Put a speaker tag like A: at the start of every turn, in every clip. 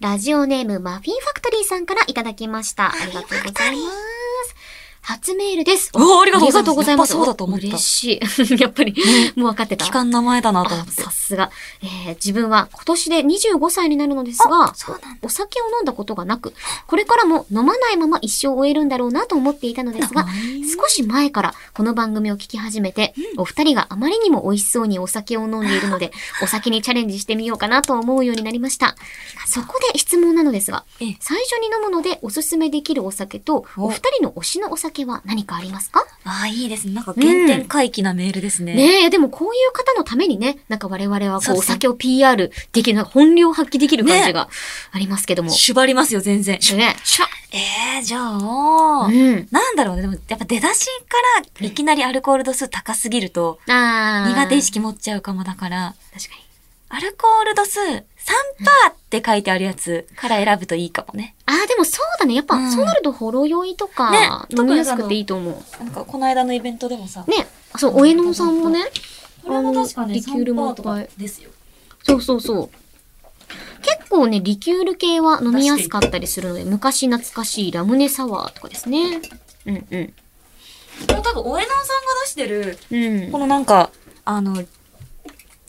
A: ラジオネームマフィンファクトリーさんからいただきました。あ
B: マフィ
A: り
B: ン
A: がとうご
B: ファクトリー
A: ざいます。初メールです。
B: おーあり
A: あ
B: が
A: りがと
B: と
A: うご
B: うご
A: ざ
B: ざ
A: い
B: い
A: ま。
B: ますす。やっぱそうだと思った。
A: 嬉しい。 やっぱり、もう分かってた。
B: 期間名前だなと思っ
A: あ
B: て。
A: さすが、えー自分は今年で25歳になるのですが、
B: そうなんだ。
A: お酒を飲んだことがなく、これからも飲まないまま一生を終えるんだろうなと思っていたのですが、少し前からこの番組を聞き始めて、お二人があまりにも美味しそうにお酒を飲んでいるの で、お酒にチャレンジしてみようかなと思うようになりました。そこで質問なのですが、
B: ええ
A: 最初に飲むのでおすすめできるお酒と、
B: お
A: お二人の推しのお酒は何かありますか
B: ああ、いいですね。なんか原点回帰なメールですね。
A: ねえ、でもこういう方のためにね、なんか我々は
B: そ
A: こう
B: うで
A: お
B: すね
A: 酒を PR できる、なんか本領発揮できる感
B: ね
A: じ
B: え
A: がありますけども。
B: 縛りますよ、全然。
A: ねえ、しょ
B: ええじゃあ、
A: うん。
B: なんだろうね。でも、やっぱ出だしからいきなりアルコール度数高すぎると、
A: あー
B: 苦手意。識持っちゃうかもだから、
A: 確かに。
B: アルコール度数3%って書いてあるやつから選ぶといいかもね。
A: あーでもそうだね。やっぱ、
B: うん
A: そうなるとほろ酔いとか、
B: ね
A: 飲みやすくていいと思う。
B: なんか、この間のイベントでもさ、
A: ね。あそう、おえのさんもね。
B: これも確か
A: あの
B: ね、
A: リキュールもいっぱい
B: 3%ですよ。
A: そうそうそう。結構ね、リキュール系は飲みやすかったりするので、昔懐かしいラムネサワーとかですね。うんうん。
B: これ多分、おえのんさんが出してる、
A: うん。
B: このなんか、あの、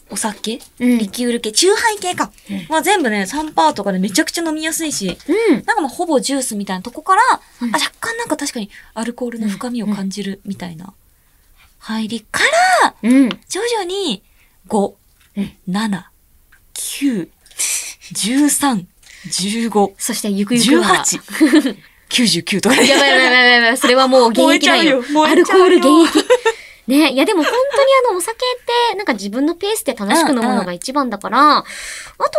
B: お酒
A: うん。
B: リキュール系、チューハイ系か。まあ全部ね、3%とかでめちゃくちゃ飲みやすいし、
A: うん。
B: なんかもうほぼジュースみたいなとこから、
A: うん
B: あ若干なんか確かにアルコールの深みを感じるみたいな入りから、
A: うん。
B: 徐々に5
A: うん、
B: 7、9、13、15、
A: そして、ゆくゆくは。
B: 18、99とかね。
A: やばいやばいやばいやばい、それはもう現役だよ。
B: 燃
A: ア
B: え
A: ル
B: ち
A: コ
B: ゃうよ
A: ール
B: 燃えちゃうよ
A: 現役。ね、いやでも本当にあのお酒ってなんか自分のペースで楽しく飲むのが一番だから、あ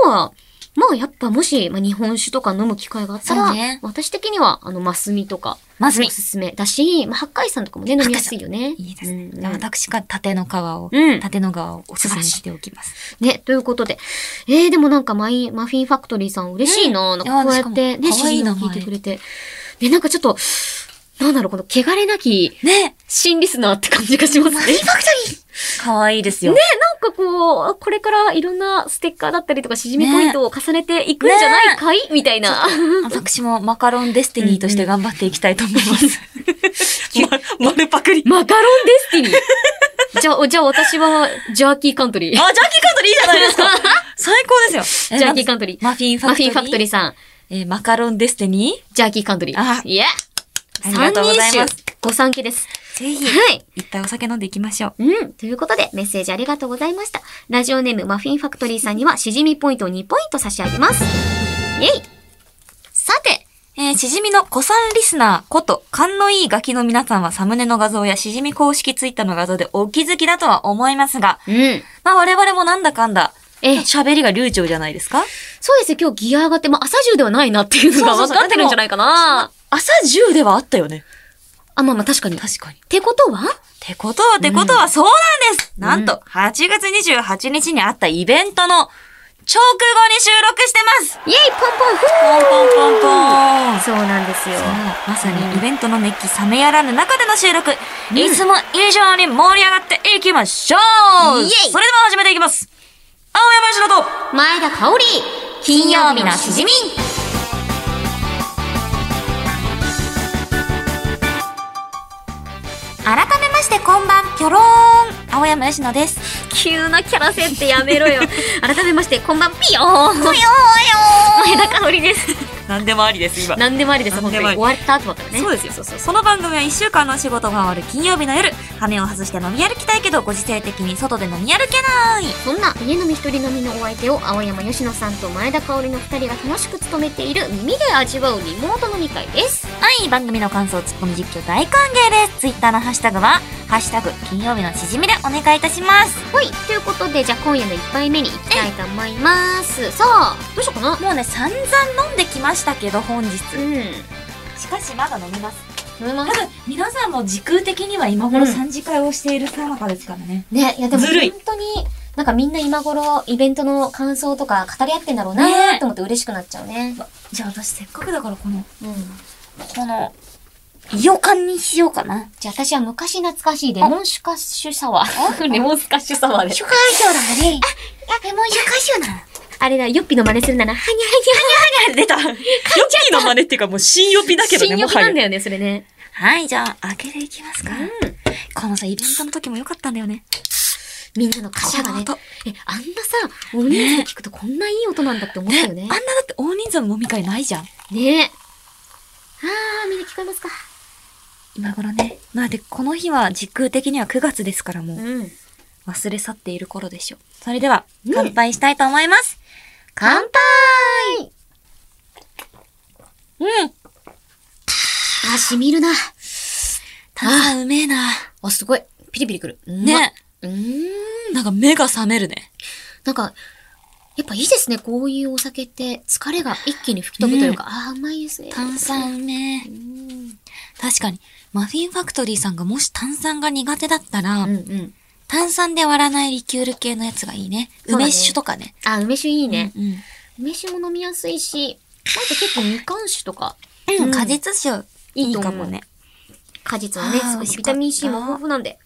A: とは、まあやっぱもし、まあ、日本酒とか飲む機会があった
B: そ
A: ら、
B: うね
A: 私的にはあのマスミとか
B: マスミ
A: おすすめだし、まあ、八海山とかもね飲みやすいよね。
B: いいですね。
A: うん
B: じゃあ私が縦の皮を、
A: うん
B: 縦の側をおすすめしておきます。
A: ね、ということで。えー、でもなんかマイ、マフィンファクトリーさん嬉しいな、
B: ん
A: なんかこうやってね、
B: あーしかも可愛い
A: 指示
B: 名
A: を
B: 前
A: 聞いてくれて。ね、なんかちょっと、なんだろう、この汚れなき
B: ね
A: 新リスナーって感じがしますね。ファクトリー
B: 可愛いですよ。
A: ねなんかこう、これからいろんなステッカーだったりとか、しじみポイントを重ねていくんじゃないかい、みたいな。
B: 私もマカロンデスティニーとして頑張っていきたいと思い ます。ま、丸パク リ。
A: マカロンデスティニー。 じゃあ、じゃあ私は、ジャーキーカントリ
B: あ、ジャ
A: ー。
B: ーキーカントリーいいじゃな いですか最高ですよ。
A: ジャーキーカントリー
B: マフィンファ
A: マ
B: ク
A: フィン
B: トリー。
A: ファクトリーさん、
B: えーマカロンデスティニ
A: ジャーキーカントリー。
B: あ
A: いや。
B: ありがとうございます
A: 三人衆ご参加です。
B: ー。ぜひ
A: はい。
B: 一旦お酒飲んでいきましょう。
A: うん。ということで、メッセージありがとうございました。ラジオネームマフィンファクトリーさんには、しじみポイントを2ポイント差し上げます。イェイさて、
B: えーしじみの古参リスナーこと、勘のいいガキの皆さんはサムネの画像やしじみ公式ツイッターの画像でお気づきだとは思いますが、
A: うん。
B: まあ我々もなんだかんだ、
A: ええ
B: 喋りが流暢じゃないですか
A: そうですね、今日ギア上がって、まあ、朝中ではないなっていうのが
B: そ
A: 分
B: うそうそう
A: かってるんじゃないかな。
B: 朝10ではあったよね。
A: あ、まあまあ確かに。っ
B: 確かに。
A: てことは
B: ってことは、ってことは、そうなんです、
A: ん
B: なんと、8月28日にあったイベントの直後に収録してます
A: イェイポンポン
B: ポンポン
A: フ
B: ポンポーン
A: そうなんですよ。
B: まさにイベントの熱気冷めやらぬ中での収録、
A: ん
B: いつも以上に盛り上がっていきましょう
A: イエイ
B: それでは始めていきます青山しのと
A: 前田香織金曜日のしじみ
B: 改めましてこんばん、ぴょろーん青山しのです。
A: 急なキャラ設定やめろ よ。改めまして、こんばんぴよーん。前 田香織です。
B: なんでもありです、今。
A: 何でもありです、本当に。
B: 何
A: 終
B: でも
A: わった後だからね。
B: そうですよ。この番組は1週間のお仕事が終わる金曜日の夜、羽目を外して飲み歩きたいけど、ご時世的に外で飲み歩けない。
A: そんな家飲み一人飲みのお相手を青山佳乃さんと前田香織の2人が楽しく務めている耳で味わうリモート飲み会です。
B: はい、番組の感想、ツッコミ実況大歓迎です。ツイッターのハッシュタグは、ハッシュタグ、金曜日のしじみでお願いいたします。
A: ほい、ということで、じゃあ今夜の1杯目に行きたいと思います。さあ、どうしようかな。
B: もうね、散々飲んできましたけど、本日。
A: うん。飲
B: しかし、まだ飲みます。
A: め
B: 多
A: ま
B: 分、皆さんも時空的には今頃3次会をしているさなかですからね。
A: ね、いやでも
B: ずるい
A: 本当に、なんかみんな今頃イベントの感想とか語り合ってんだろうな
B: ね
A: と思って嬉しくなっちゃうね。
B: じゃあ、私せっかくだから、この、
A: うん。
B: この、予感にしようかな。
A: じゃあ私は昔懐かしいレモンシュカッ シュサワー。レモンスカッシュサワーで。
B: 会場だね。
A: レモンシュカッシュな。あれだ、ヨッピの真似するなら、はにゃはに
B: 出た。ヨッピの真似っていうかもう新ヨピだけ
A: ゃ。
B: ど
A: 新
B: ね、
A: ヨ
B: も
A: ッピ
B: は
A: なんだ
B: や。
A: よね、それね。
B: はい、じゃあ、開けていきますか。
A: うん。
B: このさ、イベントの時も良かったんだよね。
A: みんなのカシャがね
B: この音。
A: え、あんなさ、お人数聞くとこんないい音なんだって思っ
B: ね、
A: た
B: あ
A: よ
B: ん
A: ね
B: な。だって大人数の飲み会ないじゃん。
A: ねえ。あー、みんな聞こえますか。
B: 今頃ね。まあで、この日は時空的には9月ですからもう
A: うん。
B: 忘れ去っている頃でしょう。それでは
A: うん、
B: 乾杯したいと思います。乾杯うん
A: あー、しみるな。
B: 炭酸うめえな。
A: あ、すごい。ピリピリくる。ね
B: ね。
A: うーん。
B: なんか目が覚めるね。
A: なんか、やっぱいいですね。こういうお酒って、疲れが一気に吹き飛ぶというか、ああ、うまいですね。
B: 炭酸うめえ
A: う。ん。
B: 確かに、マフィンファクトリーさんがもし炭酸が苦手だったら、
A: うんうん。
B: 炭酸で割らないリキュール系のやつがいいね。
A: そうだね
B: 梅酒とかね。
A: あ、梅酒いいね。
B: うんうん。
A: 梅酒も飲みやすいし、なんか結構みかん酒とか、
B: うん
A: うん
B: 果実酒、いいかもね。
A: 果実はね、す
B: あー
A: ごい
B: 美味しか
A: ビ
B: った
A: タミン C も豊富なんで。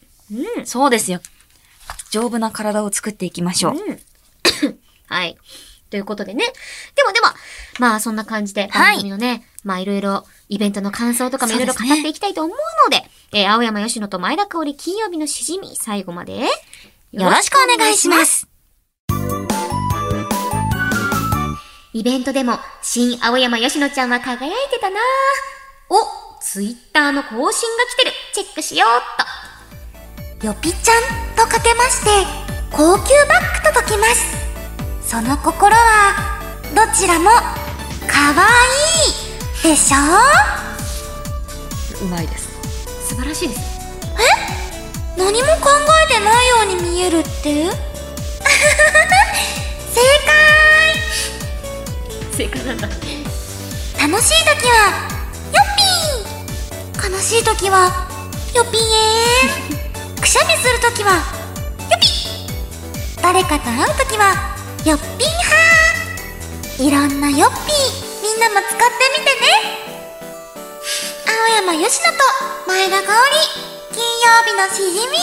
A: うん。
B: そうですよ。丈夫な体を作っていきましょう。
A: うん。 はい。ということでね。でもでも、まあそんな感じで、
B: はい
A: 番組のね、まあいろいろ、イベントの感想とかもいろいろ語
B: そうですね
A: っていきたいと思うので、えー青山吉野と前田香織金曜日のしじみ、最後まで、よ
B: よろしくお願いしま。す。
A: イベントでも、新青山吉野ちゃんは輝いてたなお、ツイッターの更新が来てる。チェックしようっと。
C: よぴちゃんとかけまして高級バッグと解きますその心はどちらもかわいいでしょ
B: うまいです。
A: 素晴らしいです。
C: 何も考えてないように見えるって正
A: 正解なんだ。
C: 解楽しい時はよっぴー悲しい時はよぴえーくしゃみする時はよぴー誰かと会う時はよっぴーはーいろんなよっぴーみんなも使ってみてね青山よしのと前田香織金曜日のしじみ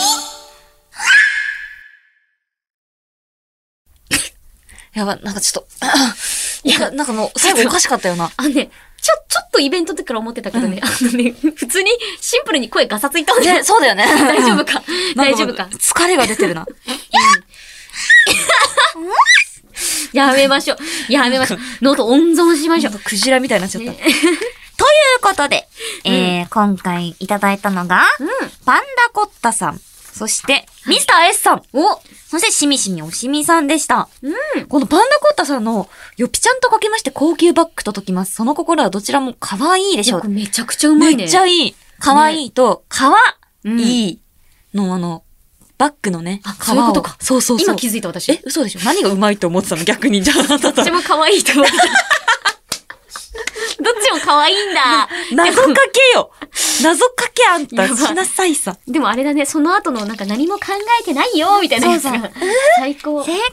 B: やば、なんかちょっと、 いや、なんかもう、最後おかしかったよな。
A: あのね、ちょ、ちょっとイベントの時から思ってたけどね、あのね、普通にシンプルに声ガサついたんだよ
B: ね、そう だよね。
A: 大丈夫 か
B: な
A: 大
B: んもう
A: 丈夫か
B: 疲れが出てるな。
A: やめましょう。やめましょう。喉温存しましょう。
B: クジラみたいになっちゃった。
C: ということで、えー今回いただいたのが、
A: う
C: パンダコッタさん、そして、ミスター S さん、
A: お
C: そして、しみしみおしみさんでした。
B: このパンダコッタさんの、よぴちゃんとかけまして高級バッグと解きます。その心はどちらも可愛いでしょう。
A: めちゃくちゃうまいね。
B: めっちゃいい。可愛いと、かわ
A: うん
B: いいの、あの、バッグのね、
A: あ
B: 皮
A: そ
B: を
A: ういうことか
B: そうそうそう。
A: 今気づいた私。
B: え、嘘でしょ何がうまいと思ってたの逆に。じゃあ、あ なた
A: どっちも可愛いと思ってた。どっちも可愛いんだ。
B: 謎かけ よ謎かけあんた
A: やば
B: しなさいさ。
A: でもあれだね、その後のなんか何も考えてないよ、みたいなやつ
B: そうそ
A: が。最高。
C: 正解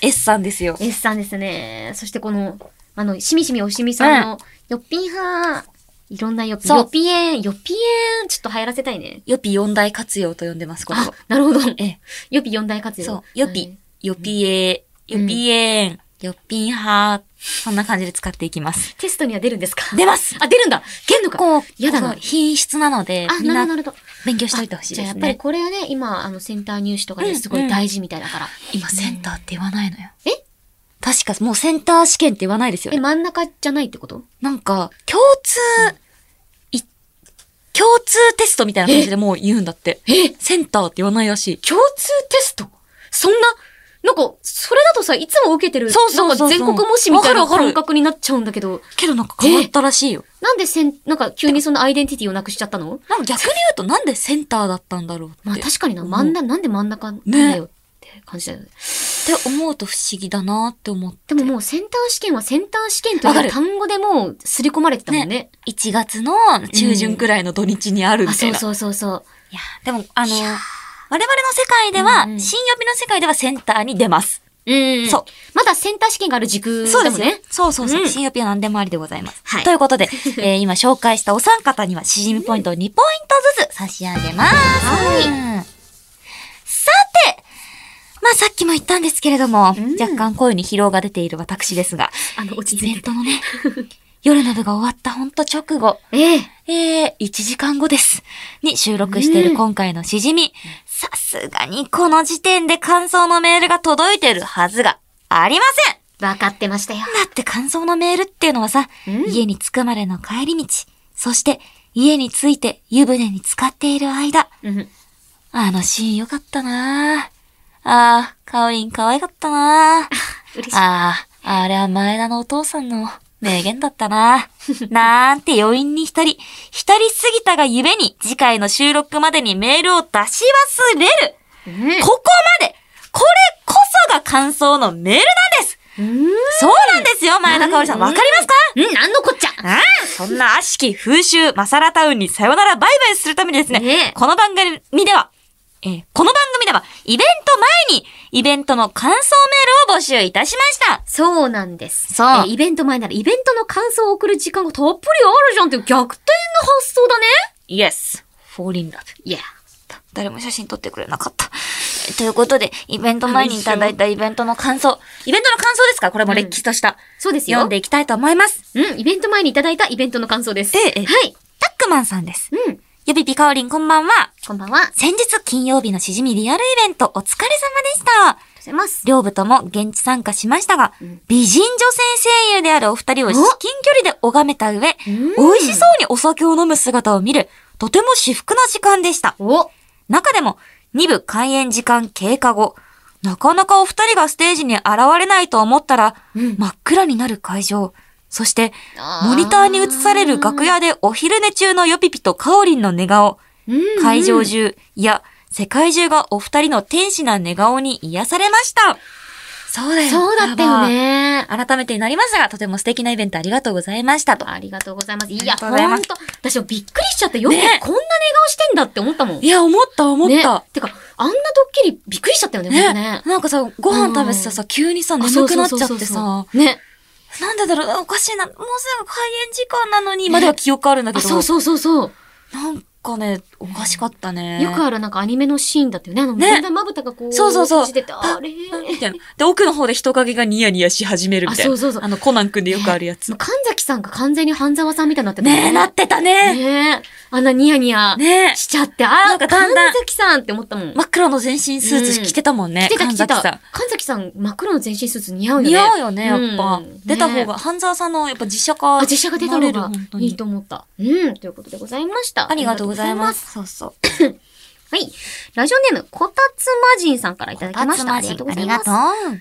B: S さんですよ。
A: S さんですね。そしてこの、あの、しみしみおしみさんの、よっぴんはーいろんなよっぴん、
B: そう
A: よっぴえん、よっぴえん、ちょっと流行らせたいね。
B: よぴ四大活用と呼んでます、これ
A: あ
B: を。、
A: なるほど。
B: ええ
A: よぴ四大活用。
B: そう。よ
A: は
B: ぴ
A: い、
B: よぴえー、よぴえーん、よぴんはー。そんな感じで使っていきます。
A: テストには出るんですか
B: 出ます
A: あ、出るんだ出るのか
B: こう、
A: やだな
B: こう品質なので、
A: あ、
B: み
A: な
B: ん
A: るほど、な
B: な
A: るほど。
B: 勉強しといてほしい
A: じゃ
B: で
A: あや
B: す
A: っぱり
B: ね。
A: これはね、今、あの、センター入試とか
B: う
A: で
B: ん
A: すごい大事みたいだから。
B: 今センターって言わないのよ。
A: え
B: 確か、もうセンター試験って言わないですよ
A: え、
B: ね。
A: 真ん中じゃないってこと
B: なんか、共通、い、共通テストみたいな感じでもう言うんだって。
A: え
B: センターって言わないらしい。
A: 共通テストそんな、なんか、それだとさ、いつも受けてる、
B: そうそうそうそう
A: なんか全国模試みたいな
B: わかるわかる
A: 感覚になっちゃうんだけど、
B: けどなんか変わったらしいよ。
A: なんでせん、なんか急にそのアイデンティティをなくしちゃったの
B: なんか逆に言うとなんでセンターだったんだろうって。
A: まあ
B: っ
A: 確かにな、真ん中、なんで真ん中なんだよって感じだよね。
B: て思うと不思議だなって思って。
A: でももうセンター試験はセンター試験と
B: わか
A: いう
B: る
A: 単語でもう刷り込まれてたもんね。
B: 1月の中旬くらいの土日にあるみ
A: あ、
B: た
A: そ
B: いうな。
A: そうそうそう。
B: いや、でも、あの、我々の世界では、
A: うんうん
B: 新予備の世界ではセンターに出ます。
A: うん
B: そう。
A: まだセンター試験がある軸だもんね。
B: そうそうそう。
A: うん
B: 新予備は何でもありでございます。
A: はい
B: という ことで、えー今紹介したお三方には、しじみポイントを2ポイントずつ差し上げます。
A: はい
B: さて、まあさっきも言ったんですけれども、
A: うん
B: 若干声に疲労が出ている私ですが、
A: あの、落
B: イ
A: ち着
B: ベ
A: い
B: ン
A: て。
B: トのね、夜の部が終わったほんと直後、
A: ええ
B: えー、1時間後です。に収録している今回のしじみ。さすがにこの時点で感想のメールが届いてるはずがありません
A: わかってましたよ。
B: だって感想のメールっていうのはさ、
A: うん
B: 家に着くまでの帰り道、そして家に着いて湯船に浸かっている間、
A: うん。
B: あのシーンよかったなぁ。あー、カオリン可愛かったなぁ。
A: 嬉しい。
B: ああ、あれは前田のお父さんの名言だったな。 なんて余韻に浸り、浸りすぎたがゆえに次回の収録までにメールを出し忘れる。
A: うん
B: ここまでこれこそが感想のメールなんです
A: うん。
B: そうなんですよ、前田香織さん。
A: な
B: わ
A: ん
B: か
A: で
B: りますか
A: うん、なんのこっちゃ。
B: ああそんな悪しき風習、マサラタウンにさよならバイバイするためにですね、
A: ねえ
B: この番組では、えーこの番組では、イベント前に、イベントの感想メールを募集いたしました。
A: そうなんです。
B: そう
A: えイベント前なら、イベントの感想を送る時間がたっぷりあるじゃんっていう逆転の発想だね。
B: Yes, fall in love.
A: いや。
B: 誰も写真撮ってくれなかった。えということで、イベント前にいただいたイベントの感想。イベントの感想ですかこれもれっきとした。
A: そうですよ。
B: 読んでいきたいと思います。
A: うん、イベント前にいただいたイベントの感想です。
B: ええええ
A: はい。
B: タックマンさんです。
A: うん。
B: ゆびぴかおりんこんばんは。
A: こんばんは。ありがとう
B: 先日金曜日のしじみリアルイベントお疲れ様でした。
A: ございます。
B: 両部とも現地参加しましたが、
A: うん
B: 美人女性声優であるお二人を至近距離で拝めた上、
A: うん
B: 美味しそうにお酒を飲む姿を見る、とても至福な時間でした。
A: お
B: 中でも、2部開演時間経過後、なかなかお二人がステージに現れないと思ったら、
A: うん
B: 真っ暗になる会場、そして、
A: あー
B: モニターに映される楽屋でお昼寝中のヨピピとカオリンの寝顔、
A: うん
B: 会場中、いや、世界中がお二人の天使な寝顔に癒されました。そうだよ。
A: そうだったよね。
B: 改めてになりますが、とても素敵なイベントありがとうございましたと。
A: ありがとうございます。い
B: ありが
A: や、
B: と
A: ほ
B: う
A: ん
B: ございます
A: と。私もびっくりしちゃって、よくこんな
B: ね
A: 寝顔してんだって思ったもん。
B: いや、思った、思った。
A: ねてか、あんなドッキリびっくりしちゃったよね、ほんとね。
B: なんかさ、ご飯食べてたさ、急にさ、眠くなっちゃってさ、。
A: ね。
B: なんでだろう、おかしいな、もうすぐ開演時間なのに、までは記憶あるんだけ
A: あ、
B: ど、
A: そうそうそうそう。
B: なんかね、おかしかったね。
A: よくあるなんかアニメのシーンだったよね。あの、
B: ね
A: だんだんまぶたがこう、
B: そうそうそう
A: 閉じてて、あれ
B: みたいな。で、奥の方で人影がニヤニヤし始めるみたいな。
A: あそうそうそう
B: あの、コナン君でよくあるやつ。
A: もう神崎さんが完全に半沢さんみたいになってたもん
B: ねえ、なってたね。
A: ねえ。あんなニヤニヤ
B: ねえ。
A: しちゃって、
B: な
A: あ
B: んか
A: ー、
B: だんだん
A: 神崎さんって思ったもん。
B: 真っ黒の全身スーツ着てたもんね。
A: 着てた着て
B: 神崎
A: た。
B: さん
A: 神崎さん、真っ黒の全身スーツ似合うよね。
B: 似合うよね、やっぱ。
A: うん
B: 出た方
A: ね
B: が、半沢さんのやっぱ自社化。
A: あ、実写が出たのが
B: なれる本当に
A: いいと思った。うん、ということでございました。
B: ありがとうございま
A: あ
B: す。そうそう。
A: りがとうございます。はい。ラジオネーム、こたつまじんさんからいただきました。ありがとうございます。
B: う。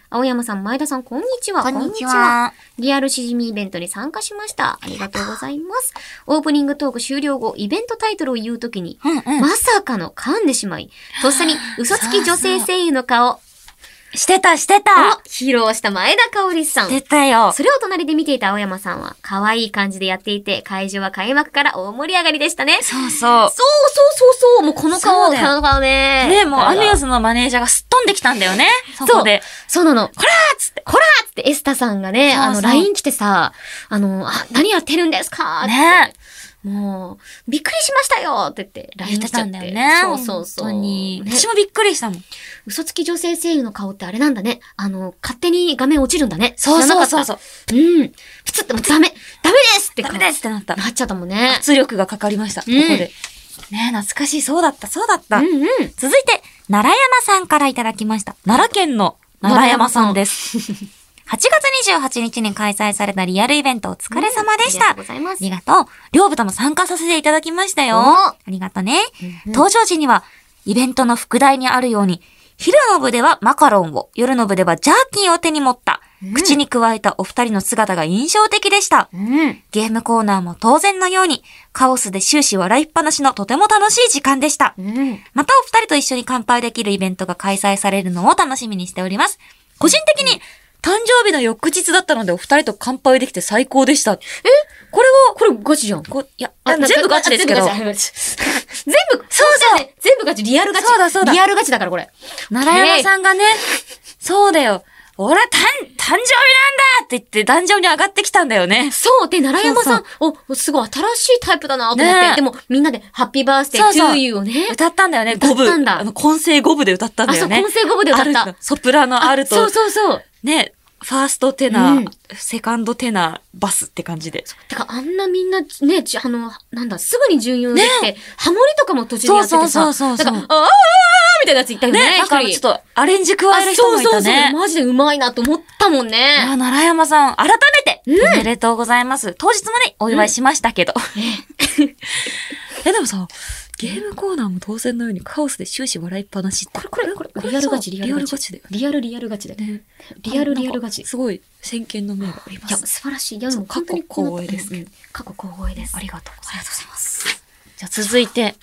A: 青山さん、前田さん、こんにちは。
B: こんにち。は。
A: リアルしじみイベントに参加しました。ありがとうございます。オープニングトーク終了後、イベントタイトルを言うときに、
B: うんうん
A: ま。さかの噛んでしまい、とっさに嘘つき女性声優の顔を
B: してた、してた。
A: 披露した前田香織さん。
B: 出たよ。
A: それを隣で見ていた青山さんは、可愛い感じでやっていて、会場は開幕から大盛り上がりでしたね。
B: そう
A: そう
B: そう。
A: そうそうそう、もうこの顔、
B: そうだよ
A: 顔がね。
B: ねもうアミュー
A: ズ。
B: ズのマネージャーがすっ飛んできたんだよね。そ
A: そう
B: こで。
A: そうなの。
B: こらーっつって。
A: こらーっつってエスタさんがね、
B: そうそう
A: あの、LINE 来てさ、あの、あ、何やってるんですかって。
B: ね
A: もう、びっくりしましたよって言って、
B: 言
A: LINE
B: っ
A: 来
B: て
A: ちゃっ
B: た
A: て。
B: んだよね。
A: そうそうそう。
B: 本当に。
A: ね
B: 私もびっくりしたもん。
A: 嘘つき女性声優の顔ってあれなんだね。あの、勝手に画面落ちるんだね。
B: そう
A: 知らな
B: そ
A: か
B: う
A: った
B: そうそう。
A: うん。プツってもうダメダメですって
B: ダ
A: 顔
B: メですってなった。
A: なっちゃったもんね。
B: 圧力がかかりました。ここで。ね懐かしい。そうだった、そうだった。
A: うんうん。
B: 続いて、奈良山さんからいただきました。奈良県の奈良山さん です。8月28日に開催されたリアルイベントお疲れ様でし
A: あ
B: た。
A: りがとうございま
B: あ
A: す。
B: りがとう。両部とも参加させていただきましたよ。
A: お
B: ありがとね。
A: うん
B: 登場時には、イベントの副題にあるように、昼の部ではマカロンを、夜の部ではジャーキーを手に持った、
A: うん
B: 口に加えたお二人の姿が印象的でした。
A: うん。
B: ゲームコーナーも当然のように、カオスで終始笑いっぱなしのとても楽しい時間でした。
A: うん。
B: またお二人と一緒に乾杯できるイベントが開催されるのを楽しみにしております。個人的に、誕生日の翌日だったのでお二人と乾杯できて最高でした。えこれは、
A: これガチじゃん。
B: こういや、
A: あ
B: あ全部ガチですけど。
A: 全部ガチ。 全部、そうそう。全部ガチ、リアルガチ。
B: そうだそうだ
A: リアルガチだからこれ。
B: 奈良山さんがね、そうだよ。俺は誕、誕生日なんだって言って壇上に上がってきたんだよね。
A: そうで、奈良山さん、お、すごい新しいタイプだなと思って、
B: ねえ
A: でもみんなでハッピーバースデー
B: そうそう
A: to you をね、
B: 歌ったんだよね、
A: 歌
B: 五
A: っ
B: 部。
A: たんだ
B: あの、混声五部で歌ったん
A: あ、
B: だ
A: そ
B: よ
A: う、
B: ね。
A: 混声語部で歌っ
B: アル
A: た
B: ト。ソプラノ、アル
A: そう
B: ト、
A: そうそう。
B: ね、ファーストテナー、
A: うん
B: セカンドテナー、バスって感じで。
A: てか、あんなみんな、ね、じあの、なんだ、すぐに順用できて、ハモリとかも途中でやっててさ、
B: そうそうそうそうそう
A: なんか、あーあーあーみたいなやついたよね、
B: ね、
A: 一
B: だからちょっ
A: 人。
B: とアレンジ加える人もい
A: あそ
B: た
A: うそうそう、
B: ね。
A: マジでうまいなと思ったもん
B: あ
A: ね。
B: あ、奈良山さん、改めて、おめでとうございます。当日もね、お祝いしましたけど。え、 でもさ、ゲームコーナーも当然のようにカオスで終始笑いっぱなしって。これこれこれこ
A: リアルガチ、
B: リアルガチだよ
A: リアルリアルガチだよね。
B: ね。
A: リアルリアルガチ。い
B: すごい、先見の明がありま
A: や、
B: す。
A: 素晴らしい。いや、でも
B: そう
A: 本当にこうなった
B: 過去光栄です
A: うん過去光栄です。
B: ありがとうございます。
A: ざいます。
B: じゃあ続い て。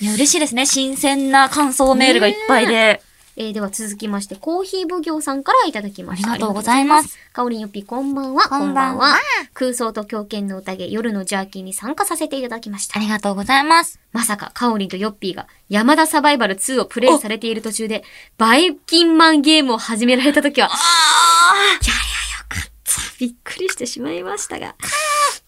B: いや、嬉しいですね。新鮮な感想メールがいっぱいで。
A: えーでは続きまして、コーヒー奉行さんからいただきました。
B: ありがとうございます。
A: かおりんよっぴ、こんばんは。
B: こんばんは
A: 空想と狂犬の宴、夜のジャーキーに参加させていただきました。
B: ありがとうございます。
A: まさか、カオリンとヨッピーが、山田サバイバル2をプレイされている途中で、バイキンマンゲームを始められた時は、やりゃよかった。びっくりしてしまいましたが、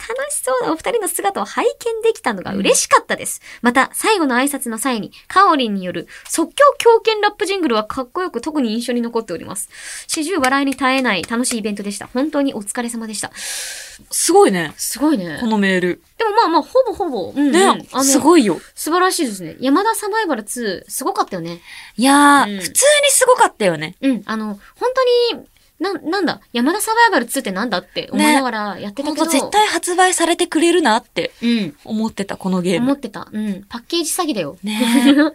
A: 楽しそうなお二人の姿を拝見できたのが嬉しかったです。また、最後の挨拶の際に、カオリンによる即興狂犬ラップジングルはかっこよく特に印象に残っております。始終笑いに耐えない楽しいイベントでした。本当にお疲れ様でした。
B: すごいね。
A: すごいね。
B: このメール。
A: でもまあまあ、ほぼほぼ、うん、うん。
B: ね、
A: あの
B: すごいよ。
A: 素晴らしいですね。山田サバイバル2、すごかったよね。
B: いやー、
A: うん
B: 普通にすごかったよね。
A: うん、あの、本当に、な、なんだ、山田サバイバル2ってなんだって思いながらやってた
B: 本
A: けど、
B: 当絶対発売されてくれるなって
A: うん、
B: 思ってた、このゲー
A: 思
B: ム。
A: ってた。うん、パッケージ詐欺だよ。
B: ね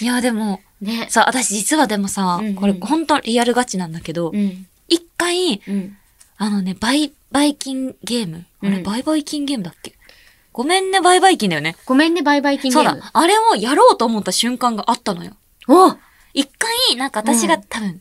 B: いや、でも、
A: ね。
B: さ、私実はでもさ、
A: うんうん
B: これ本当リアルガチなんだけど
A: う、ん、
B: 一、回、
A: うん。
B: あのね、バイ、バイキンゲーム。あ
A: う
B: れ、
A: ん
B: バイバイキンゲームだっけごめんね、バイバイキンだよね。
A: ごめんね、バイバイキンゲ
B: そう
A: ーム。
B: だ。あれをやろうと思った瞬間があったのよ。
A: お
B: 一回、なんか私が、
A: うん
B: 多分、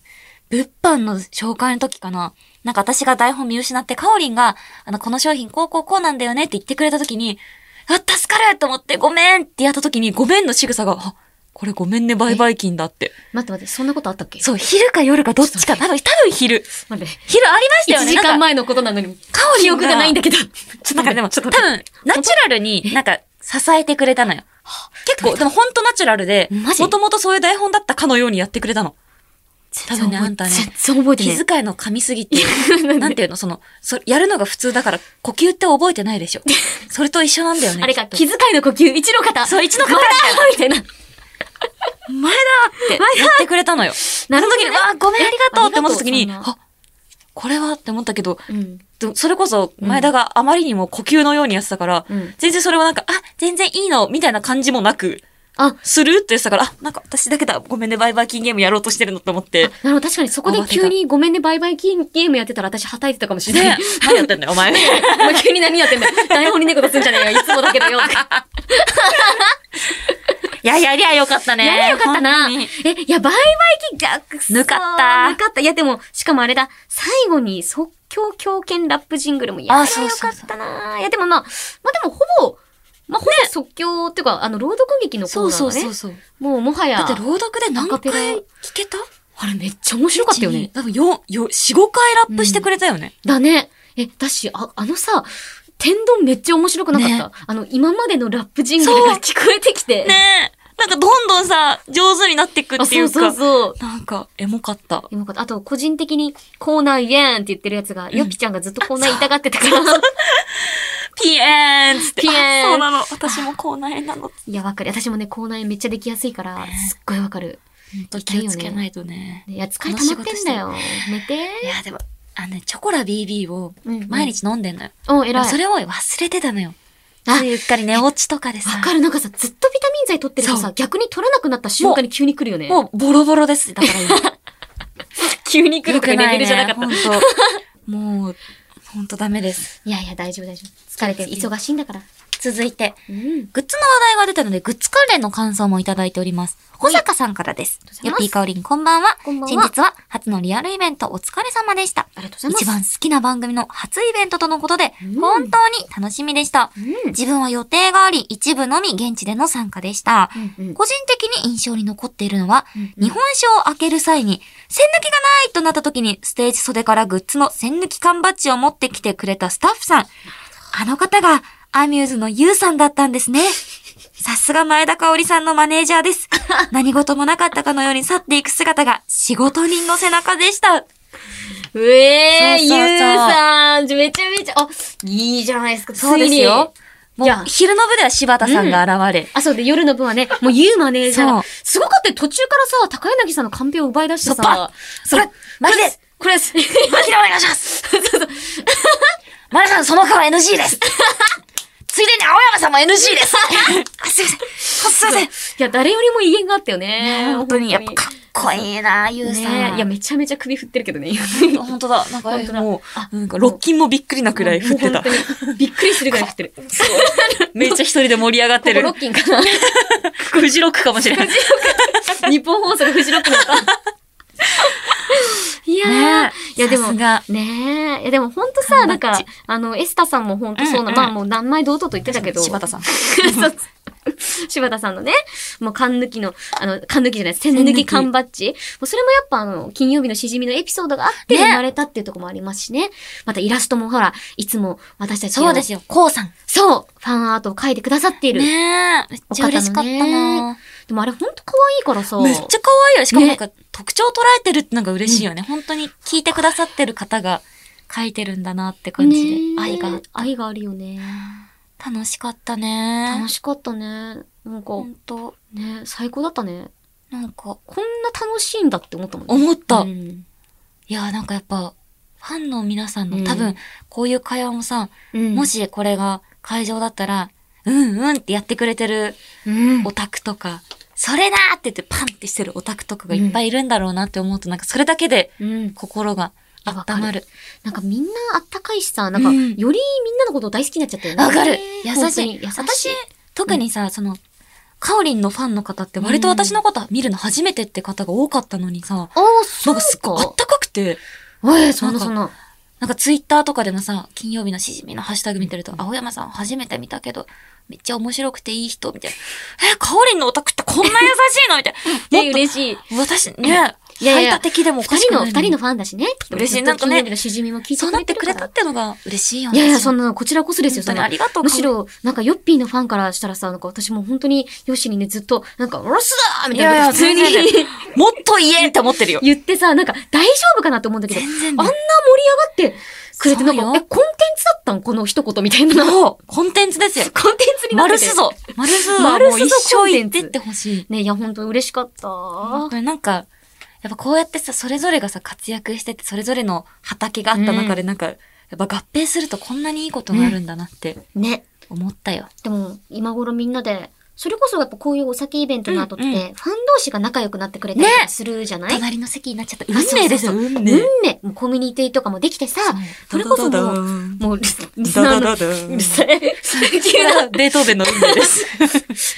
B: 物販の紹介の時かな。なんか私が台本見失って、かおりんが、あの、この商品こうこうこうなんだよねって言ってくれた時に、あ、助かると思って、ごめんってやった時に、ごめんの仕草が、あ、これごめんね、バイバイ金だって。
A: 待って待って、そんなことあったっけ
B: そう、昼か夜かどっちか、多分、多分昼。
A: 待って。
B: 昼ありましたよ
A: 1
B: ね。
A: 時間
B: なんか。
A: 前のことなのに、
B: かおり
A: 記
B: ん
A: 憶がないんだけど。
B: ちょっとなんかでも、
A: ち
B: 多
A: ょっと待って
B: 分、ナチュラルになんか、支えてくれたのよ。結構、でもほんとナチュラルで、
A: マジ
B: もともとそういう台本だったかのようにやってくれたの。多分ね、あんたね。
A: 全然覚えて
B: 気
A: ない。
B: 遣いの噛みす ぎて、 なんていうの、その、そやるのが普通だから、呼吸って覚えてないで しょ。それと一緒なんだよね。
A: あれか、
B: き
A: 気
B: っ
A: 遣いの呼吸、一の方。
B: そう一の肩
A: まだ みたいな。
B: と前だって 言ってくれたのよ。
A: なるほど
B: そ
A: ね
B: の時に、わあ、ごめん、ありがとうって思った時
A: あ
B: に、
A: りがとう
B: あ、これはって思ったけど、
A: うん。
B: でもそれこそ、
A: うん
B: 前田があまりにも呼吸のようにやってたから、
A: うん
B: 全然それはなんか、あ、全然いいの、みたいな感じもなく、
A: あ、
B: するって言ってたから、あ、なんか私だけだ、ごめんね、バイバイキンゲームやろうとしてるのと 思って、
A: なるほど、確かにそこで急にごめんね、バイバイキンゲームやってたら私はたいてたかもしれな
B: ね
A: い。、
B: 何やってんだよ、お前。
A: お前 急に何やってんだよ。台本に猫出すんじゃねえよ。いつもだけど よ。
B: いや、やりゃよかったね。
A: やれよかったな。
B: 本当に
A: え、いや、バイバイキンゲーム、
B: 抜かった
A: 抜かった。いや、でも、しかもあれだ、最後に即興狂犬ラップジングルもや
B: あ
A: れば
B: そう
A: よ
B: そ
A: か
B: う
A: っ
B: そう
A: たな。いや、でもまあ、まあでもほぼ、まあ、ほぼ即興っていうか、あの、朗読劇のコ
B: そ
A: ー
B: う
A: ナ
B: そ
A: ー
B: う
A: だ
B: そう
A: ね。
B: そう。
A: もう、もは
B: だ
A: や
B: って、朗読で何
A: アカペラ
B: 回聞けた
A: あれめっちゃ面白かったよね。
B: 多分4、4、4、5回ラップしてくれたよね。
A: だね。え、だし、あ、あのさ、天丼めっちゃ面白くなかった。あの、今までのラップジングルが
B: そう
A: 聞こえてきて。
B: ねえ。なんかどんどんさ、上手になっていく
A: あ、
B: ってい
A: そうう
B: か。
A: そうそう。
B: なんか、エモかった。
A: よかった。あと、個人的に、コーナーイエーンって言ってるやつが、ヨピちゃんがずっとコーナー痛がってたから。
B: ピエーンっつって。
A: ピエーン
B: あそうなの。私も口内炎なの。
A: いや、わかる。私もね、コーナー炎めっちゃできやすいから、すっごいわかる。
B: 本当気をつけないとね。
A: いや、疲れ溜まってんだよ。寝
B: い
A: て。
B: や、でも、あのね、チョコラ BB を
A: うん
B: 毎日飲んでんのよ。
A: お、偉い。
B: それを忘れてたのよ。
A: あ
B: ついうっかり寝落ちとかでさ
A: わ。かる。なんかさ、ずっとビタミン剤取ってると
B: そ
A: さ
B: う、
A: 逆に取らなくなった瞬間に急に来るよね。
B: もうボロボロです。だから今
A: 急に来るとかレベルじゃなか
B: よ
A: った。
B: くないね本当もう、本当ダメです。
A: いやいや、大丈夫大丈夫。疲れてる、忙しいんだから。
B: 続いて、
A: うん。
B: グッズの話題が出たので、グッズ関連の感想もいただいております。小坂さんからです
A: りがとうござ。い
B: よ
A: ま
B: っ
A: す
B: ぴーかおりん、こんばんは。
A: こんばん
B: 先
A: は。
B: 日は初のリアルイベントお疲れ様でした。
A: ありがとうござ
B: 一
A: います。
B: 番好きな番組の初イベントとのことで、
A: うん
B: 本当に楽しみでした。
A: うん
B: 自分は予定があり、一部のみ現地での参加でした。
A: うんうん
B: 個人的に印象に残っているのは、
A: うん
B: 日本酒を開ける際に、栓抜きがないとなった時に、ステージ袖からグッズの栓抜き缶バッジを持ってきてくれたスタッフさん。あの方が、アミューズのユウさんだったんですね。さすが前田香織さんのマネージャーです。何事もなかったかのように去っていく姿が仕事人の背中でした。
A: うえー、
B: そうそうそう
A: ゆうさん、めちゃめちゃ、あ、いいじゃないですか、
B: そうですよ。
A: い
B: も
A: うや、
B: 昼の部では柴田さんが現れ、
A: あ、そうで、夜の分はね、もう言うマネージャー
B: そう
A: が。すごかったよ、途中からさ、高柳さんのカンペを奪い出して
B: そうバ
A: さ、それ、
B: マジで
A: これです。これです。
B: マキでお願いします。マリさん、その顔 NG です。ついでに青山さんも NG です。あすいません。すいません。
A: いや、誰よりも威厳があったよね。
B: 本当に、やっぱかっこいいな、ゆうさ
A: ね
B: ん。
A: いや、めちゃめちゃ首振ってるけど ね。
B: あ本当だ。なんか、
A: 本当だ
B: もう、なんか、ロッキンもびっくりなくらい振って
A: も
B: た
A: う。本当にびっくり するぐらい振ってる。
B: めっちゃ一人で盛り上がっ
A: こ
B: て
A: こ
B: る
A: ロ。ッキンかな
B: フジロックかもしれない。
A: 日本放送のフジロックの歌。 いやー、いやでも
B: さす、が。
A: ねえ。いやでもほんと
B: 缶
A: さ、
B: バ
A: な
B: ッ
A: ん
B: ジ
A: か、あの、エスタさんもほんとそうな、
B: うんうん
A: まあもう何枚堂々と言ってたけど、
B: 柴田さん。
A: そう柴田さんのね、もう缶抜きの、あの、缶抜きじゃない、栓抜き缶バッジ。もうそれもやっぱあの、金曜日のしじみのエピソードがあって
B: ね
A: 生まれたっていうところもありますしね。またイラストもほら、いつも私たちの
B: そうですよ、こうさん。
A: そうファンアートを描いてくださっている。
B: ねえ。めっちゃ嬉しかった
A: お方の
B: な。
A: でもあれほんと可愛いからさ。
B: めっちゃ可愛いよ。しかもなんか、特徴を捉えてるってのが嬉しいよね。本当に聞いてくださってる方が書いてるんだなって感じで。
A: ねえ
B: 愛が。
A: 愛があるよね。
B: 楽しかったね。
A: 楽しかったね。なんか、
B: 本当
A: ね、最高だったね。
B: なんか、
A: こんな楽しいんだって思ったもんね。
B: 思った。
A: うん。
B: いや、なんかやっぱ、ファンの皆さん
A: う
B: の
A: ん
B: 多分、こういう会話もさ、
A: うん
B: も、しこれが会場だったら、うんうんってやってくれてる
A: うん
B: オタクとか、それだーって言ってパンってしてるオタクとかがいっぱいいるんだろうなって思うと、なんかそれだけで
A: うん。
B: 心が温まる。
A: なんかみんなあったかいしさ、なんか
B: う
A: よ
B: ん
A: りみんなのことを大好きになっちゃったよね。
B: わかる優しい
A: 優しい。優しい。
B: 私、特にさ、その、カオリンのファンの方って割と私のこと見るの初めてって方が多かったのにさ、
A: ああ、そ
B: な
A: う
B: んかすっごいあ
A: か
B: っ。たかくて、
A: ええ、そん
B: なん
A: な
B: か
A: そんな。
B: なんかツイッターとかでもさ、金曜日のしじみのハッシュタグ見てると、青山さん初めて見たけど、めっちゃ面白くていい人、みたいな。え、カオリンのオタクってこんな優しいのみたいな。
A: ね、
B: もっ
A: 嬉しい。
B: と、私ね、
A: いやい
B: 排
A: や
B: 他的でもおか
A: 二
B: しく
A: 人
B: ない
A: の、二人のファンだしね。
B: 嬉し
A: ずっ
B: い
A: と
B: なんかね
A: 金曜日のしじみも聞いて
B: そう
A: く
B: なっ
A: れ
B: て
A: て
B: く
A: る
B: れ
A: か
B: たっ
A: ら。
B: てのが嬉しいよ
A: い
B: ね。
A: やいや、そ
B: ん
A: んな、こちらこそですよ、
B: 本当に
A: そんな
B: ありがとう
A: むしろ、なんか、ヨッピーのファンからしたらさ、なんか、私もう本当に、ヨッシーにね、ずっと、なんか、ロスだーみ
B: い
A: たい
B: やい
A: な、
B: や、
A: 普通
B: 全然
A: に
B: もっと言えって思ってるよ。
A: 言ってさ、なんか、大丈夫かなと思うんだけど、
B: 全然
A: あ
B: ね
A: んな盛り上がってくれて、なんか、え、
B: そ
A: コ
B: う
A: ン
B: よ
A: テンツだったんこの一言みたい な。
B: もう、コンテンツですよ。
A: コンテンツになっ
B: 丸
A: てて。
B: すぞ丸すぞは
A: 丸
B: も
A: すぞ
B: う一
A: コ
B: 生
A: ンテ
B: 言っ
A: ンツ
B: てってほしい。
A: ね、いや、本当嬉しかった。
B: 本当になんか、やっぱこうやってさ、それぞれがさ、活躍してて、それぞれの畑があった中で、なんか、やっぱ合併するとこんなにいいことがあるんだなって
A: ね。
B: 思ったよ。
A: でも、今頃みんなで、それこそやっぱこういうお酒イベントの後って、
B: うんうん
A: ファン同士が仲良くなってくれたり
B: ね
A: するじゃない、
B: 隣の席になっちゃった。運
A: あそうそうそう
B: 命ですよ、運
A: 運
B: 命。
A: 命、もうコミュニティとかもできてさ、そ
B: そう
A: れこそもう
B: ダダダーン
A: もうリス、リス
B: ダ
A: ナ
B: ダ
A: ーの、
B: ダダーン
A: うるさい 急な、
B: ベートーベンの運命です。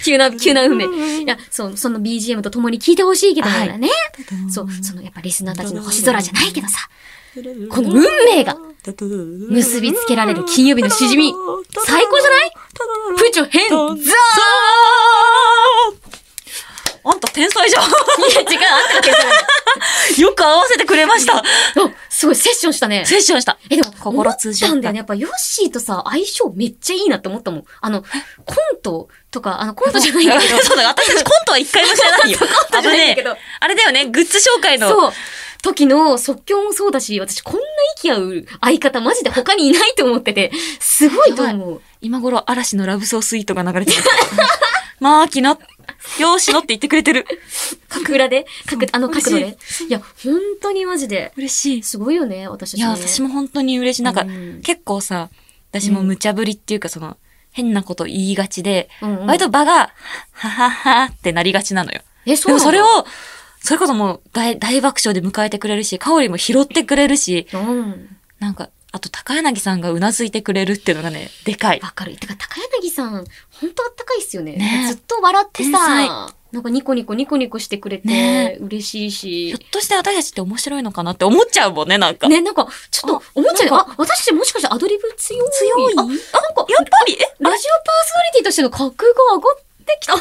A: 急な、急な運命。いや、そう、その BGM と共に聴いてほしいけど
B: はい
A: ね。 そう、そのやっぱリスナーたちの星空じゃないけどさ、この運命が
B: 結
A: 結びつけられる金曜日のしじみ、最高じゃないプチョ編ザー
B: あんた天才じゃん
A: い や、時間あったわけじゃない。
B: よく合わせてくれました
A: おすごいセッションしたね。
B: セッションした。
A: え、でも、
B: 心通じ合った
A: 思ったんだよね。やっぱ、ヨッシーとさ、相性めっちゃいいなって思ったもん。あの、コントとか、あの、コントじゃないんだけど、
B: そうだ、私たちコントは一回もし てないよ。
A: トじゃないんだけ
B: 危ね
A: ど
B: えあれだよね、グッズ紹 介の。
A: そう、時の即興もそうだし、私こんな息合う相方、マジで他にいないと思ってて、すごいと思う。
B: 今頃、嵐のラブソースイートが流れてる。まあ、きな、よーしのって言ってくれてる。
A: 角裏で、角、あの角度で
B: 嬉。
A: いや、本当にマジで。
B: 嬉し
A: すごいよね、私た
B: い。い
A: ちね。
B: や、私も本当に嬉しい。なんか、
A: うん
B: 結構さ、私も無茶ぶりっていうか、その、変なこと言いがちで、
A: うんうん
B: 割と場が、はははってなりがちなのよ。
A: え、
B: で
A: そう
B: も
A: なの
B: それを、、それこそもう大大爆笑で迎えてくれるし、香りも拾ってくれるし、
A: うん。
B: なんか、あと高柳さんがうなずいてくれるっていうのがね、でかい。
A: わかる。てか、高柳さん、ほんとあったかいっすよね。
B: ねえ
A: ずっと笑って
B: 天
A: さ
B: 才、
A: なんかニコニコニコニコしてくれて、
B: ね
A: 嬉しい
B: ひょ
A: し
B: っ。として私たちって面白いのかなって思っちゃうもんね、なんか。
A: ね、なんか、ちょっと、思っちゃうよ。
B: な
A: あ、私たちもしかしてアドリブ強い
B: 強い
A: あ、なんか、
B: やっぱり、え、
A: ラジオパーソナリティとしての格が上がってきた。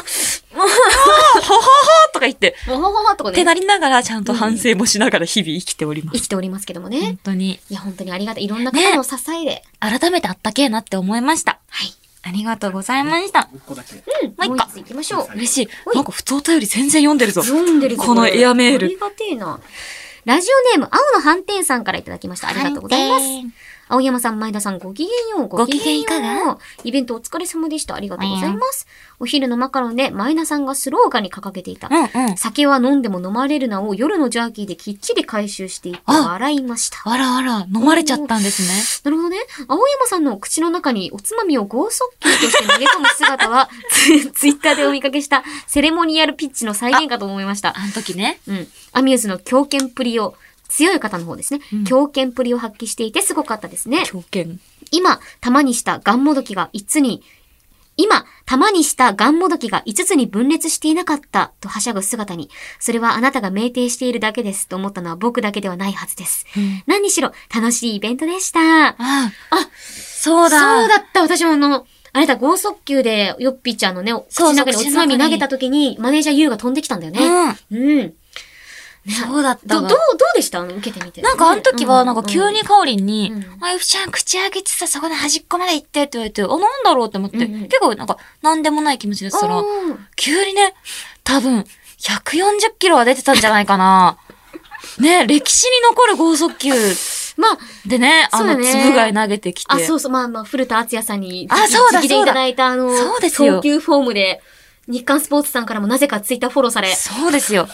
B: はははとか言って、
A: わはははとか
B: って
A: ね
B: な。りながらちゃんと反省もしながら日々生きておりま
A: 生
B: す。
A: きておりますけども
B: 本
A: ね。
B: 当に。
A: いや、本当にありがたい。いろんな方の支えで。
B: 改めてあったけえなって思いました。
A: はい。
B: ありがとうございました。
D: もう一個だけ。
A: うん。
B: もう一個
A: もう一つ行きましょう。
B: 嬉しい
A: お。い
B: なんか普通お便り全然読んでるぞ。
A: 読んでるぞ
B: このエアメール
A: ありがてえな。ラジオネーム、青の斑点さんからいただきました。ありがとうございます。青山さん、前田さん、ごきげんよう。
B: ごきげんいかが
A: ごきげんようイベントお疲れ様でした。ありがとうございます。お昼のマカロンで前田さんがスローガンに掲げていた。
B: うんうん。
A: 酒は飲んでも飲まれるなを夜のジャーキーできっちり回収していって
B: あ
A: 笑いました。
B: あらあら、飲まれちゃったんですね。
A: なるほどね。青山さんの口の中におつまみを剛速球として投げ込む姿は、ツツイッターでお見かけしたセレモニアルピッチの再現かと思いました。
B: あの時ね。
A: うん。アミューズの強肩プリを、強い方の方ですね。
B: うん
A: 強肩プリを発揮していてすごかったですね。
B: 狂犬。
A: 今、玉にしたガンもどきが5つに、今、玉にしたガンもどきが5つに分裂していなかったとはしゃぐ姿に、それはあなたが酩酊しているだけですと思ったのは僕だけではないはずです。何にしろ楽しいイベントでした。
B: あ
A: あ
B: あ、そうだ。
A: そうだった。私もあの、あれだ、剛速球でヨッピーちゃんのね、口
B: そう
A: の
B: そう
A: 中におつまみ
B: 口の中に
A: 投げた時に、マネージャーユウが飛んできたんだよね。
B: うん。
A: うん。ね
B: そうだった
A: ど、ど
B: わ
A: う、どうでしたあの受けてみて。
B: なんかあの時は、
A: う
B: なんか急にカオリンに
A: うん、
B: あ、ゆふちゃん口開けてさ、そこの端っこまで行ってって言われて、あ、なんだろうって思って、
A: うんうん
B: 結構なんか、なんでもない気持ちでしたら
A: う、ん
B: 急にね、多分、140キロは出てたんじゃない かな。ね、歴史に残る剛速球
A: まあ、
B: でね、あ
A: そうだ
B: の、
A: ね
B: 粒貝投げてきて。
A: あ、そうそう、まあまあ、古田敦也さんに、
B: あそうだ
A: 直でいただいた、あの、
B: そうですよ
A: 投球フォームで、日刊スポーツさんからもなぜかツイッターフォローされ、
B: そうですよ。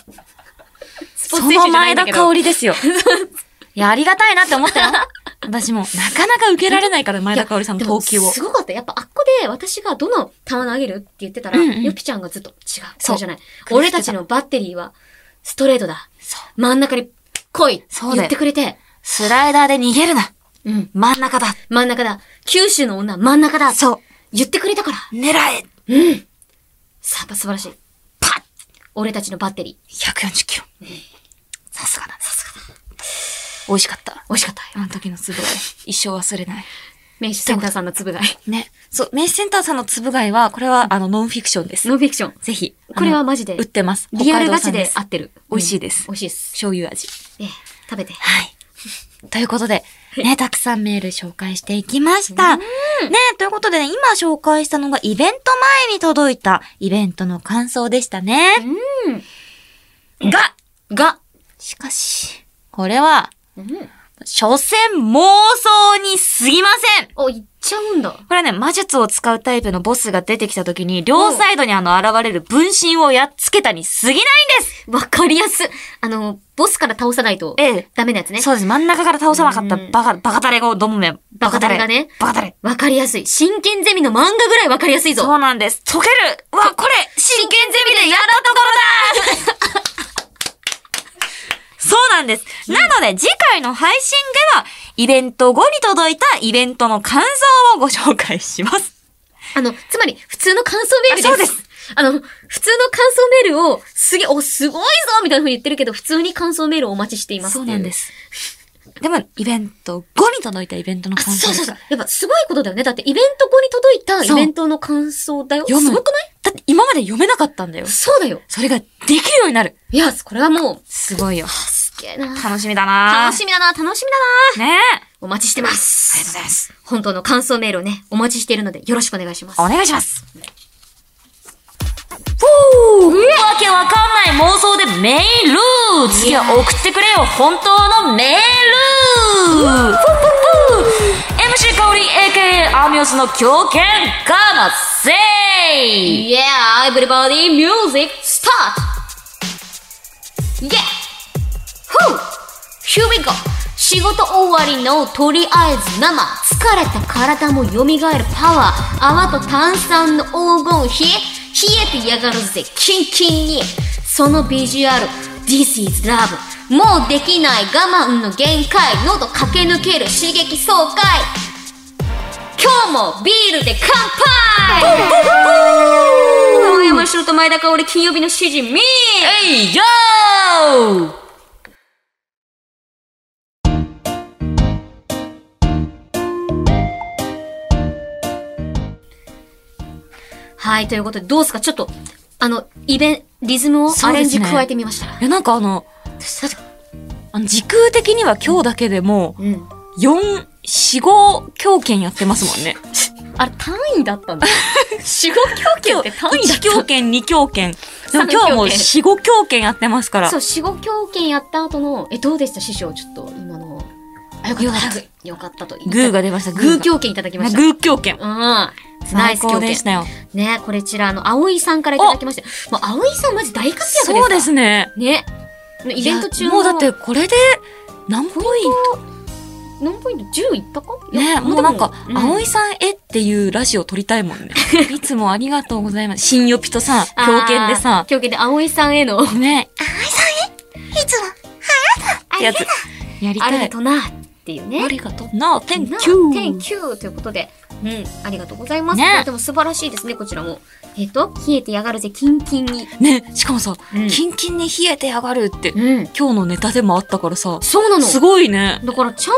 A: スポー
B: そ
A: ツ選手
B: の
A: じゃない
B: 前
A: んだ
B: 田
A: け
B: 香
A: ど。
B: 織で すよ。いや、ありがたいなって思ったよ。私も、なかなか受けられないから、前田香織さんの投球
A: でも
B: を。
A: すごかった。やっぱあっこで私がどの球投げるって言ってたら、
B: うんうん
A: よぴちゃんがずっと違う。そ
B: そうう
A: じゃない。
B: た
A: 俺たちのバッテリーはストレートだ。
B: そう
A: 真ん中に来いって
B: そうだよ
A: 言ってくれて、
B: スライダーで逃げるな。
A: うん。
B: 真ん中だ。
A: 真ん中だ。九州の女は真ん中だ。
B: そう。
A: 言ってくれたから。
B: 狙え
A: さあ、素晴らしい。
B: パッ
A: 俺たちのバッテリー。
B: !140 キロ。さすがだ。さすがだ。美味しかった。
A: 美味しかったよ。
B: あの時の粒貝。一生忘れない。
A: 名手センターさんのつぶがい。
B: ね。そう、メイセンターさんの粒貝は、これは、あの、ノンフィクションです。
A: ノンフィクション。
B: ぜひ。
A: これは
B: あの
A: マジで
B: 売ってます。
A: リアルガチ
B: 北海道産
A: です合ってる。
B: 美味しいです
A: 美味しいです。
B: 醤油味。
A: ええ、食べて。
B: はい。ということで、ね、たくさんメール紹介していきました。ね、ということでね、今紹介したのがイベント前に届いたイベントの感想でしたね。が、
A: が、
B: しかし、これは、
A: うん。
B: 所詮妄想に過ぎません
A: お、いっちゃうんだ。
B: これはね、魔術を使うタイプのボスが出てきた時に、両サイドにあの現れる分身をやっつけたに過ぎないんです
A: わかりやす。あの、ボスから倒さないと、
B: ええ
A: ダメなやつね。
B: そうです。真ん中から倒さなかった
A: うん
B: バカ、バカタレがどもめ。
A: バカタレがね
B: バカタレ。
A: わかりやすい。真剣ゼミの漫画ぐらいわかりやすいぞ。
B: そうなんです。溶けるうわ、これ、真剣ゼミでやったところだそうなんです。なので、次回の配信では、イベント後に届いたイベントの感想をご紹介します。
A: あの、つまり、普通の感想メールです。
B: あそうです。
A: あの、普通の感想メールを、すげえ、お、すごいぞみたいな風に言ってるけど、普通に感想メールをお待ちしています。。
B: そうなんですす。でも、イベント後に届いたイベントの
A: あ、
B: 感想
A: そう
B: です
A: そう
B: か
A: そう。やっぱすごいことだよね。だってイベント後に届いた
B: そう
A: イベントの感想だよ。
B: 読む
A: すごくない
B: だって今まで読めなかったんだよ。
A: そうだよ。
B: それができるようになる。
A: いや、これはもう、
B: すごいよ。
A: すげえな。
B: 楽しみだな
A: 楽しみだな、楽しみだな。
B: ねえ。あ
A: お待ちしてます。
B: りがとうございます。
A: 本当の感想メールをね、お待ちしているので、よろしくお願いします。
B: お願いします。ふぅわけわかんない妄想でメール次は送ってくれよ本当のメールふぅふぅ !MC 香り AKA アミオスの狂犬ガーマセイ
A: Yeah, everybody, music, start! Yeah! Whew! Here we go! 仕事終わりのとりあえず生疲れた体も蘇るパワー泡と炭酸の黄金比冷えてやがるぜキンキンにそのビジュアル This is love もうできない我慢の限界喉駆け抜ける刺激爽快今日もビールで乾杯大山城と前田香織金曜日のしじみ
B: えいよー
A: はい、ということでどうですかちょっと、あの、イベン、リズムをアレンジ
B: そうですね
A: 加えてみました。
B: いや、なんかあの、あの時空的には今日だけでもう、
A: うん。
B: 4、4、5狂犬やってますもんね。
A: あれ、単位だったんだ。死後狂犬って単位だ
B: 1狂犬、2狂犬。でも
A: 三狂犬
B: 今日はもう4、5狂犬やってますか ら。
A: そう、死後狂犬やった後の、え、どうでした師匠、ちょっと今の。あ、よかった。よかったと。
B: グーが出ました、
A: グー
B: グ
A: 狂犬いただきました。
B: グー狂
A: う
B: 犬。
A: ん。ナイ
B: 最
A: ス狂
B: 高
A: 犬
B: でしたよ。
A: ね、これちら、あの、葵さんからいただきまして。もう、葵さんマジ大活躍ですから
B: そうですね。
A: ね。イベント中
B: いや
A: の
B: もうだってこれで、何ポイン
A: 何ポイント ?10 いったか
B: トねもうなんか、
A: い
B: 葵さん絵っていうラジオ撮りたいもん ね。いつもありがとうございます。新予備とさ、狂犬でさ、
A: 狂犬で葵さんへの、
B: ね、
C: いつは
B: ってやつ、やり
A: あり
B: た
A: が
B: い。
A: とな、っていうね
B: あ。りがとう。なあ、天
A: Thank
B: 気。
A: you. Thank you. ということで、うん、ありがとうございます。
B: ね
A: とても素晴らしいですね、こちらも。えっ、と、冷えてやがるぜ、キンキンに。
B: ね、しかもさ、
A: うん
B: キンキンに冷えてやがるって、
A: うん。
B: 今日のネタでもあったからさ、
A: そうなの。
B: すごいね。
A: だから、ちゃん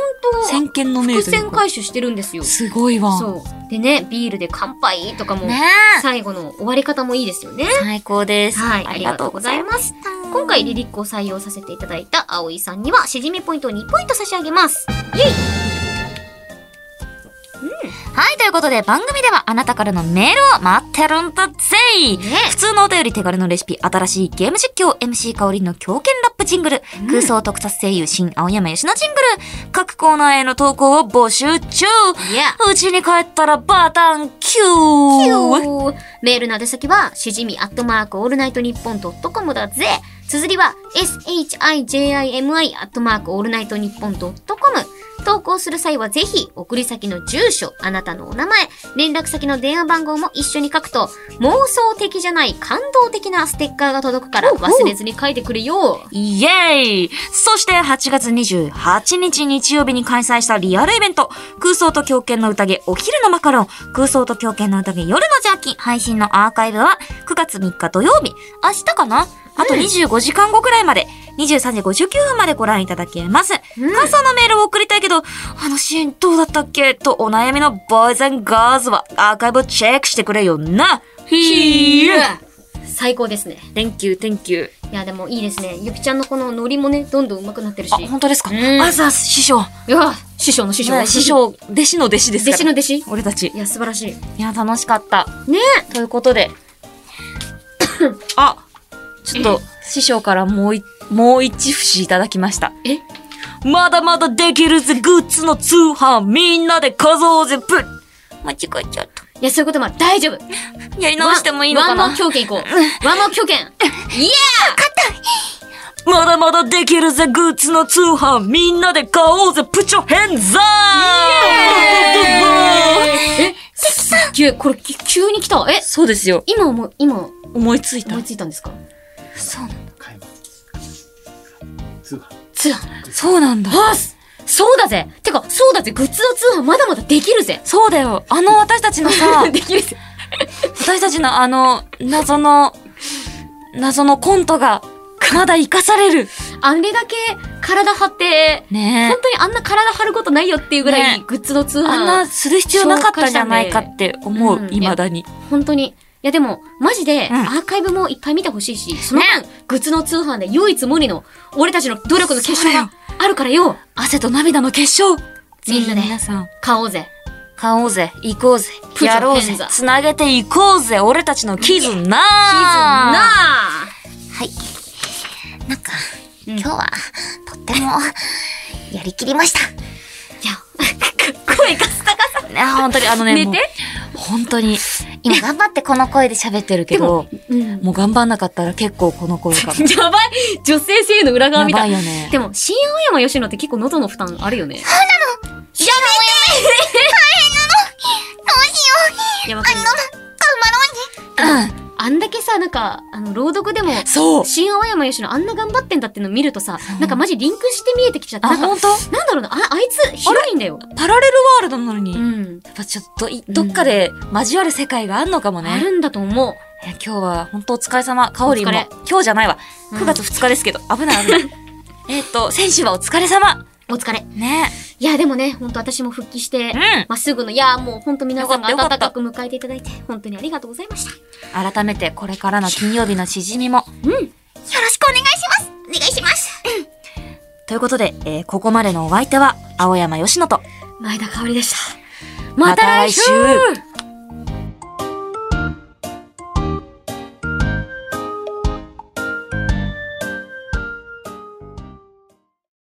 B: 先見の
A: と、
B: 明
A: 伏
B: という
A: 線
B: か。
A: 回収してるんですよ。
B: すごいわ。
A: そう。でね、ビールで乾杯とかも、
B: ね
A: 最後の終わり方もいいですよね。
B: え。最高です。
A: はい、ありがとうございます。今回リリックを採用させていただいた葵さんには、しじみポイントを2ポイント差し上げます。
B: はい、ということで番組ではあなたからのメールを待ってるんだぜい
A: ね
B: 普通のお便り手軽のレシピ、新しいゲーム実況、MC 香りの狂犬ラップジングル、空想特撮声優新青山吉野ジングル、各コーナーへの投稿を募集中
A: いや。
B: うちに帰ったらバタンキュー
A: メールの宛先は、しじみアットマークオールナイトニッポンドットコムだぜ。綴りは、shijimi アットマークオールナイトニッポンドットコム。投稿する際はぜひ、送り先の住所、あなたのお名前、連絡先の電話番号も一緒に書くと、妄想的じゃない感動的なステッカーが届くから、
B: ほうほう
A: 忘れずに書いてくれよ。
B: イエーイそして8月28日日曜日に開催したリアルイベント、空想と狂犬の宴、お昼のマカロン、空想と狂犬の宴、夜のジャーキー、配信のアーカイブは9月3日土曜日、明日かなあと25時間後くらいまで、23時59分までご覧いただけます。
A: うん
B: 感想のメールを送りたいけど、あのシーンどうだったっけとお悩みのボーイズガールズはアーカイブをチェックしてくれよな。ひー
A: 最高ですね。
B: !Thank you, thank you.
A: いや、でもいいですね。ゆきちゃんのこのノリもね、どんどん上手くなってるし。
B: あ、本当ですか、
A: うん
B: あざっす、師匠。
A: いや、師匠の師匠。
B: ね師。匠、弟子の弟子です
A: 弟
B: から。
A: 子の弟子い
B: 俺たち。い
A: や、素晴らしい。
B: や、楽しかった。
A: ね
B: ということで。あ、ちょっと、師匠からもうい、もう一節いただきました。
A: え
B: まだまだできるぜ、グッズの通販、みんなで数おうぜ、ぶっ間違えちゃっ
A: いや、そういうこともある大丈夫
B: た。やり直してもいいのか
A: ワンワン
B: な
A: マン狂犬行こう。ワンマン狂犬。イエ
B: まだまだできるぜ、グッズの通販、みんなで買おうぜ、プチョヘンザ
A: ーイ
B: ー
A: え、すっげえ、これき急に来た。え、
B: そうですよ。
A: 今思い、今
B: 思いついた
A: 思い。ついたんですか
B: そうなんだ。
D: 買います。通販。
A: 通販。
B: そうなんだ。
A: あすそうだぜてか、そうだぜグッズの通販まだまだできるぜ、
B: そうだよ。あの私たちのさ
A: できるぜ
B: 私たちのあの、謎の、謎のコントが、まだ生かされる。
A: あれだけ体張って、
B: ね
A: 本当にあんな体張ることないよっていうぐらい
B: ね
A: グッズの通
B: え。
A: 販。
B: あんなする必要なかったんじゃないかって思
A: うん
B: う、未だに。
A: 本当に。いやでも、マジで、
B: うん
A: アーカイブもいっぱい見てほしいし、その分、グッズの通販で唯一無二の、俺たちの努力の結晶があるからよ、
B: 汗と涙の結晶
A: みんなで
B: ぜひ皆さん、
A: 買おうぜ。
B: 買おうぜ、行こうぜ、
A: プチョ
B: やろう
A: ヘ
B: ぜ
A: ンザ、
B: つなげていこうぜ、俺たちの絆絆
A: キズなあ
C: なんか、
A: うん
C: 今日は、とっても、やりきりました。
A: いや、 声がさ
B: 本当に、あのね、
A: 寝て
B: もう本当に、
C: 今頑張ってこの声で喋って
B: 出るけど、
A: うん。
B: もう頑張んなかったら結構この声が。
A: やばい女性声優の裏側
B: や
A: みた
B: ば
A: い。
B: いよね。
A: でも、新青山吉野って結構喉の負担あるよね。
C: どうしよう
A: いや、わかる。
C: 頑張ろうに
A: あんだけさ、なんか、あの、朗読でも、
B: そう
A: 新青山由志のあんな頑張ってんだっての見るとさ、なんかマジリンクして見えてきちゃって、
B: あ、
A: なんか、
B: 本当
A: なんだろうな、ああいつ広いんだよ。
B: パラレルワールドなのに。
A: う
B: や
A: ん。
B: っぱちょっとい、どっかで交わる世界があんのかもね。
A: あるんだと思う。
B: いや今日は本当お疲れ様。かおりんも。
A: お疲れ
B: 今日じゃないわ。
A: うん
B: 9月2日ですけど。危ない危 ない。えっと、選手はお疲れ様。
A: お疲れ。
B: ね
A: いや、でもね、ほんと私も復帰して、
B: うん。
A: まっすぐの、いや、もう本当皆さんが
B: よかった
A: 温
B: よか
A: か
B: っ
A: く迎えていただいて、本当にありがとうございました。
B: 改めてこれからの金曜日のしじみも。
C: よろしくお願いしますお願いします
B: ということで、えーここまでのお相手は、青山よしのと。
A: 前田香織でした。
B: また来週